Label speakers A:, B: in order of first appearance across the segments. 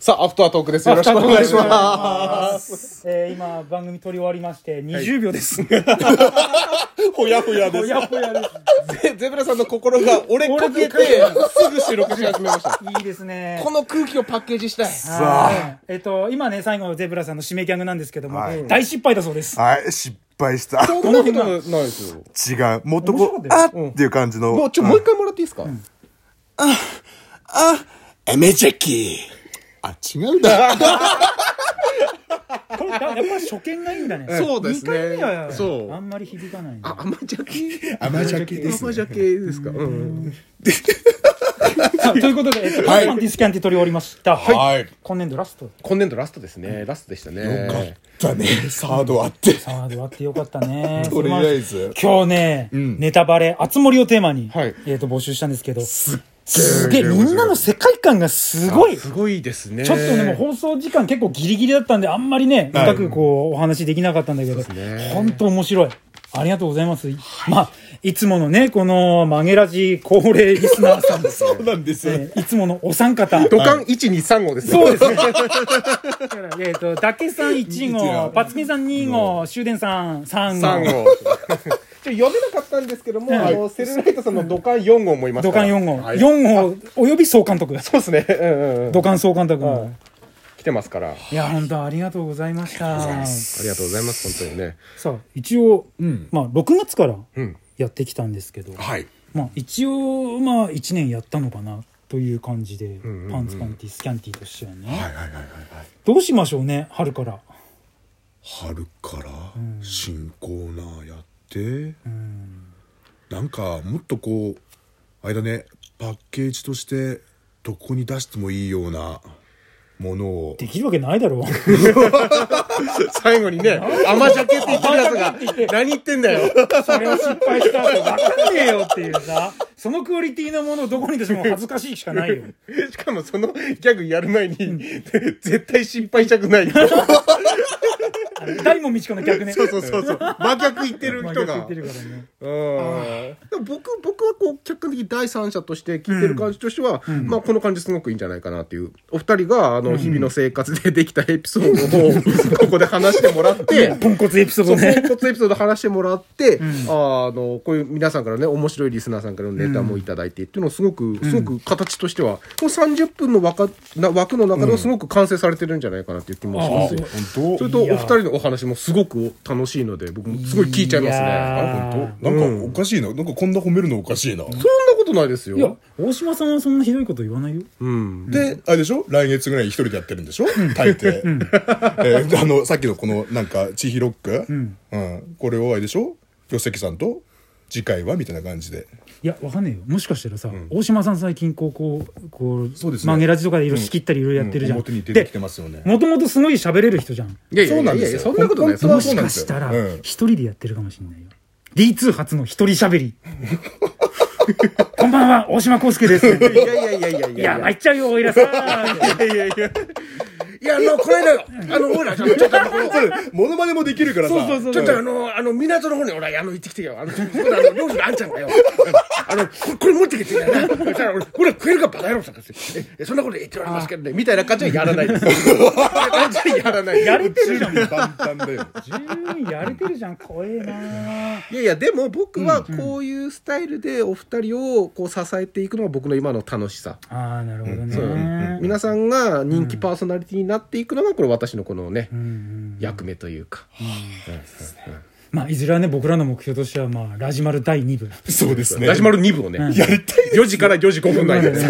A: さあ、アフタートークです。よろしくお願いします。
B: えー、今番組撮り終わりまして20秒です、
A: ほやほやで。
B: ほやほやです
A: ゼゼブラさんの心が折れかけて、すぐ収録し始めました。
B: すいいですね
A: この空気をパッケージしたい。
B: さあえっ、と今ね最後のゼブラさんの締めギャグなんですけども、
C: はい
B: 大失敗だそうです
C: はい、失敗した。
A: そんなことないですよ。
C: 違う。もっとこ
B: 面白
C: う、あ
B: か
C: っていう感じの。
A: もう、ちょ、
C: ん
A: もう一回もらっていいですか
C: あ、エメジェキ
A: あ、違うんだ。
B: これだやっぱ初見がいいんだね
A: そうですね
B: 2回目は
A: そう
B: あんまり響かないね
A: あ、甘じゃけ
C: 甘酒ですね
A: 甘酒ですか。うん。
B: さあということで、えっと
A: はい
B: パンディスキャンティ撮り終わりました
C: はい
B: 今年度ラスト
A: 今年度ラストですね。ラストでしたね。
C: ー。よかったね、サードあって。
B: さあ終わってよかったね
C: とりあえず
B: 今日ね、
C: ん
B: ネタバレ熱盛をテーマに、
A: はい
B: えっ、と募集したんですけどす
C: すっげ
B: げ
C: え
B: えみんなの世界観がすごい
A: すごいですね。
B: ちょっとね、もう放送時間結構ギリギリだったんで、あんまりね、
C: はい
B: 深くこう、お話できなかったんだけど、
A: ね
B: 本当面白い。ありがとうございます。まあ、いつものね、この、曲げラジ恒例リスナーさん です。
C: そうなんですよ。
B: えーいつものお三方。
A: 土管1235ですね。
B: そうですね。だからえっ、と、だけさん1号、
C: 号
B: パツキンさん2号、終電さん3
A: 三
B: 号、
A: 号。ちょ読めなかったんですけども、
B: はい
A: あのセルライトさんの土管4号もいます
B: 土
A: から。
B: 管4号、
A: はい
B: 4号、および総監督。
A: そうですね。うんうんうん
B: 土管総監督も。
A: 来てますから。あ
B: いや、本当ありがとうございました。
A: りがとうございます本当にね。
B: さあ、一応、まあ、6月から
A: ん
B: やってきたんですけど、
C: はい。
B: まあ、一応、まあ、1年やったのかなという感じで、パンツパンティスキャンティとしてはね、どうしましょうね春から
C: 春から、新コーナーやって、なんか、もっとこう、あれだね、パッケージとして、どこに出してもいいようなものを。
B: できるわけないだろう
A: 最後にね甘鮭って言ってるやつが何言ってんだよ。
B: それを失敗したって分かんねえよっていうさそのクオリティのものをどこに出しても恥ずかしいしかないよ
A: しかもそのギャグやる前に絶対失敗したくない。
B: あの大門みちこの逆ね
A: そうそうそうそう。真逆言ってる
B: 真
A: 人
B: 逆言
A: が
B: って。るからね
A: うんでも僕僕はこう客観的に第三者として聞いてる感じとしては、まあ、この感じすごくいいんじゃないかなっていうお二人があの日々の生活でできたエピソードをここで話してもらって。
B: ポンコツエピソー
A: そう、
B: ド
A: ポン
B: ね
A: コツエピソード話してもらって、あの、こういう皆さんからね、面白いリスナーさんからのネタもいただいてっていうのをすごく、すごく形としては、この30分の枠な枠の中ではすごく完成されてるんじゃないかなっていう気もしますよ。
C: 本
A: それと、お二人のお話もすごく楽しいので、僕もすごい聞いちゃいます
B: い
A: ね。
B: やー
C: 当なんかおかしいな。なんかこんな褒めるのおかしいな。
A: そんなことないです
B: いや
A: よ。
B: 大島さんはそんなひどいこと言わないよ
A: うん。
C: で、あれでしょ来月ぐらいに一人でやってるんでしょ大抵。えーあの、さっきのこの、なんか、チヒロック、うん、これをあれでしょ吉崎さんと、次回はみたいな感じで。
B: いや、わかんねえよ。もしかしたらさ、大島さん最近こう、こう、こう、
C: そうですね
B: マゲラジとかで色仕切ったりいろいろやってるじゃん。
C: うん表に出てきてますよね
B: もともとすごい喋れる人じゃん。
A: いやい
C: そ
A: や
C: う
A: い
C: な
A: や
C: ん
A: い
C: で
A: や
C: す
A: そ
C: よ
A: んなことないです
C: 本当
A: よ
C: は
B: も
C: そう
B: し
C: なん
B: か
C: ですよ
B: したら
C: うん、
B: 一人でやってるかもしれないよ。D2 初の一人喋り。こんばんは、大島康介です。
A: いやいやいやいやい
B: いや、
A: や
B: 参っちゃうよ、おいらさん。
A: いやいやいやいやあのこの間あのほらちょっとちょっとあのこの
C: モノマネもできるからさ。そうそうそう。
A: ちょっとあのあの港の方にほらあの行ってきてよあのほらあの料理のあんちゃん がよあのここれ持ってきてよなそしたら俺これ食えるかバカ野郎さんかってえそんなこと言っておりますけどねみたいな感じはやら ないですそんな感じはやらない
B: やれてるじゃん。もう
C: 簡単だよ。
B: 十分やれてるじゃん。怖えない
A: やいやでも僕はこういうスタイルでお二人をこう支えていくのが僕の今の楽しさ
B: ああ、なるほど
A: そう
B: ね。
A: 皆さんが人気パーソナリティになっていくのがこれ私のこのね
B: うんうん
A: 役目というか、
B: まあ、いずれはね、僕らの目標としては、まあ、ラジマル第2部。
C: そうですね。
A: ラジマル2部をね、やりたい4時から4時5分の間で、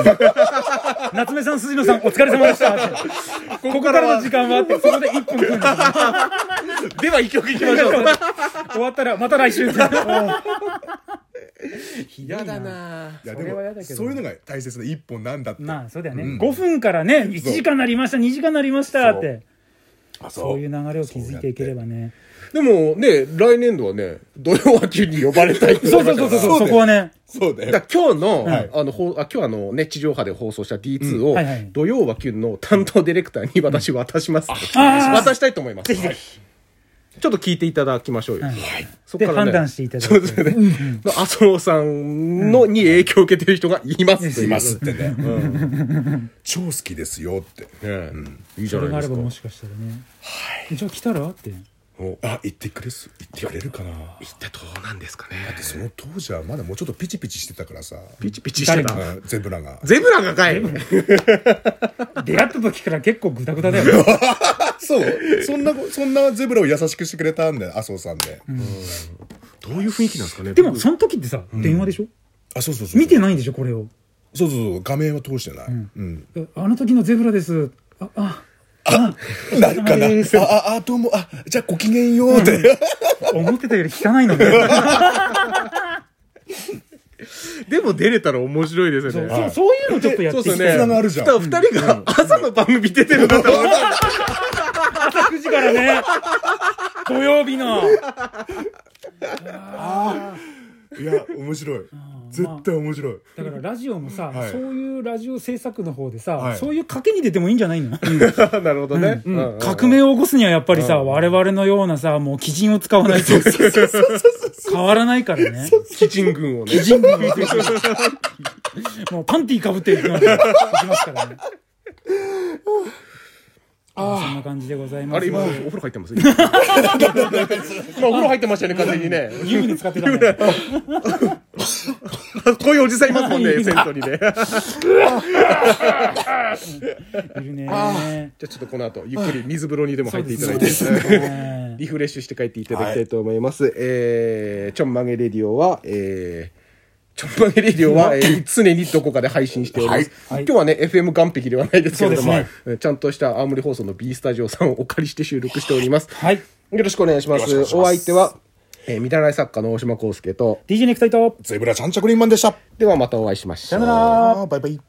B: 夏目さん、辻野さん、お疲れ様でした。ここからの時間はあって、そこで1分分
A: では一曲いきましょう
B: 終わったら、また来週。
A: 嫌だ ない
C: や
B: それは嫌だけど
C: そういうのが大切な一本なんだって。
B: まあ、そうだよね。
C: ん
B: 5分からね、1時間なりました、2時間なりましたって。
C: あそ
B: そういう流れを築いていければね。
A: でもね来年度はね土曜は急に呼ばれたいって
B: そう
A: 言
B: そ
A: っ
B: う
A: て
B: そ
A: ま
B: う
A: したから
B: そう、そこはね。
C: そうだ
A: だ
C: よ。
A: から今日の、
C: はい
A: あの、ほうあ今日あのね、地上波で放送した D2 を、
B: んはいはい
A: 土曜は急の担当ディレクターに私渡します。
B: あー
A: 渡したいと思います。
B: ぜひぜひ。
A: ちょっと聞いていただきましょうよ。そっ
B: で
A: からね
B: 判 断していただいて。
A: の麻生さんのに影響を受けてる人がいますという
C: いますってね、超好きですよって
A: ねいいじ
B: そ
A: ゃな
B: れ
A: い
B: があ
A: です
B: れば
A: か。
B: もしかしたらね。じゃあ来たらって。
C: あ言ってくれす言ってくれるかな
A: 一体どうなんですかね。
C: でその当時はまだもうちょっとピチピチしてたからさ
A: ピチピチしてた
C: う。んゼブラが
A: ゼブラがかい。
B: 出会った時から結構グダ グダだよね。
C: そうそんなそんなゼブラを優しくしてくれたんだよ麻生さんで、
A: どういう雰囲気なんですかね。
B: でも、その時ってさ、電話でしょ
C: あそうそうそう
B: 見てないんでしょ、これを。
C: そうそうそう画面は通してない、うん
B: えあの時のゼブラです。あ、あ、
C: なるかな
B: お疲れ様です
C: あああどうもあじゃあごきげんようって、
B: 思ってたより汚い のね。
A: でも出れたら面白いです
B: そ
A: よ
B: う
A: ね。
B: そうそういうのちょっとやって
A: そ
B: いうき
A: で
B: た
A: す
B: い
A: よ
C: 絆が
A: ね。
C: ある
A: ふ
C: じゃん
A: た二人が朝の番組出てるんだったら、
B: 朝9時からね。土曜日の。
C: いや面白い絶対面白い、
B: だからラジオもさ、
C: はい
B: そういうラジオ制作の方でさ、
C: はい
B: そういう賭けに出てもいいんじゃないの
A: なるほどね。うんうん
B: 革命を起こすにはやっぱりさ、我々のようなさ、もう鬼人を使わないと変わらないからね。
A: 基人軍をね。
B: もうパンティーかぶっていきますいきますからね。そんな感じでございま
A: あ
B: す。
A: れ、今、お
B: 湯
A: 風呂入ってます今、お風呂入ってましたよね、完全にね。
B: 船使ってたね。
A: こういうおじさんいますもんね、銭湯にね。じゃ
B: いるね。
A: あちょっとこの後、ゆっくり水風呂にでも入っていただいて。
B: ね
A: リフレッシュして帰っていただきたいと思います。えー、ちょんまげレディオは、えー、ちょんまげレディオは、えー常にどこかで配信しております。
B: はい
A: 今日はね、FM 岸壁ではないですけれども、
B: そうです
A: えーちゃんとした青森放送の B スタジオさんをお借りして収録しております。
B: はい。
A: よろしくお願いします。
C: よ
A: お
C: ろしくお願
A: 相
C: いします
A: 手は、えー、見習い作家の大島康介と、
B: DJ ネクタイと、
C: ゼブラちゃんちゃくりんまんでした
A: ではまたお会いしましょう。
B: さよなら。
C: あーバイバイ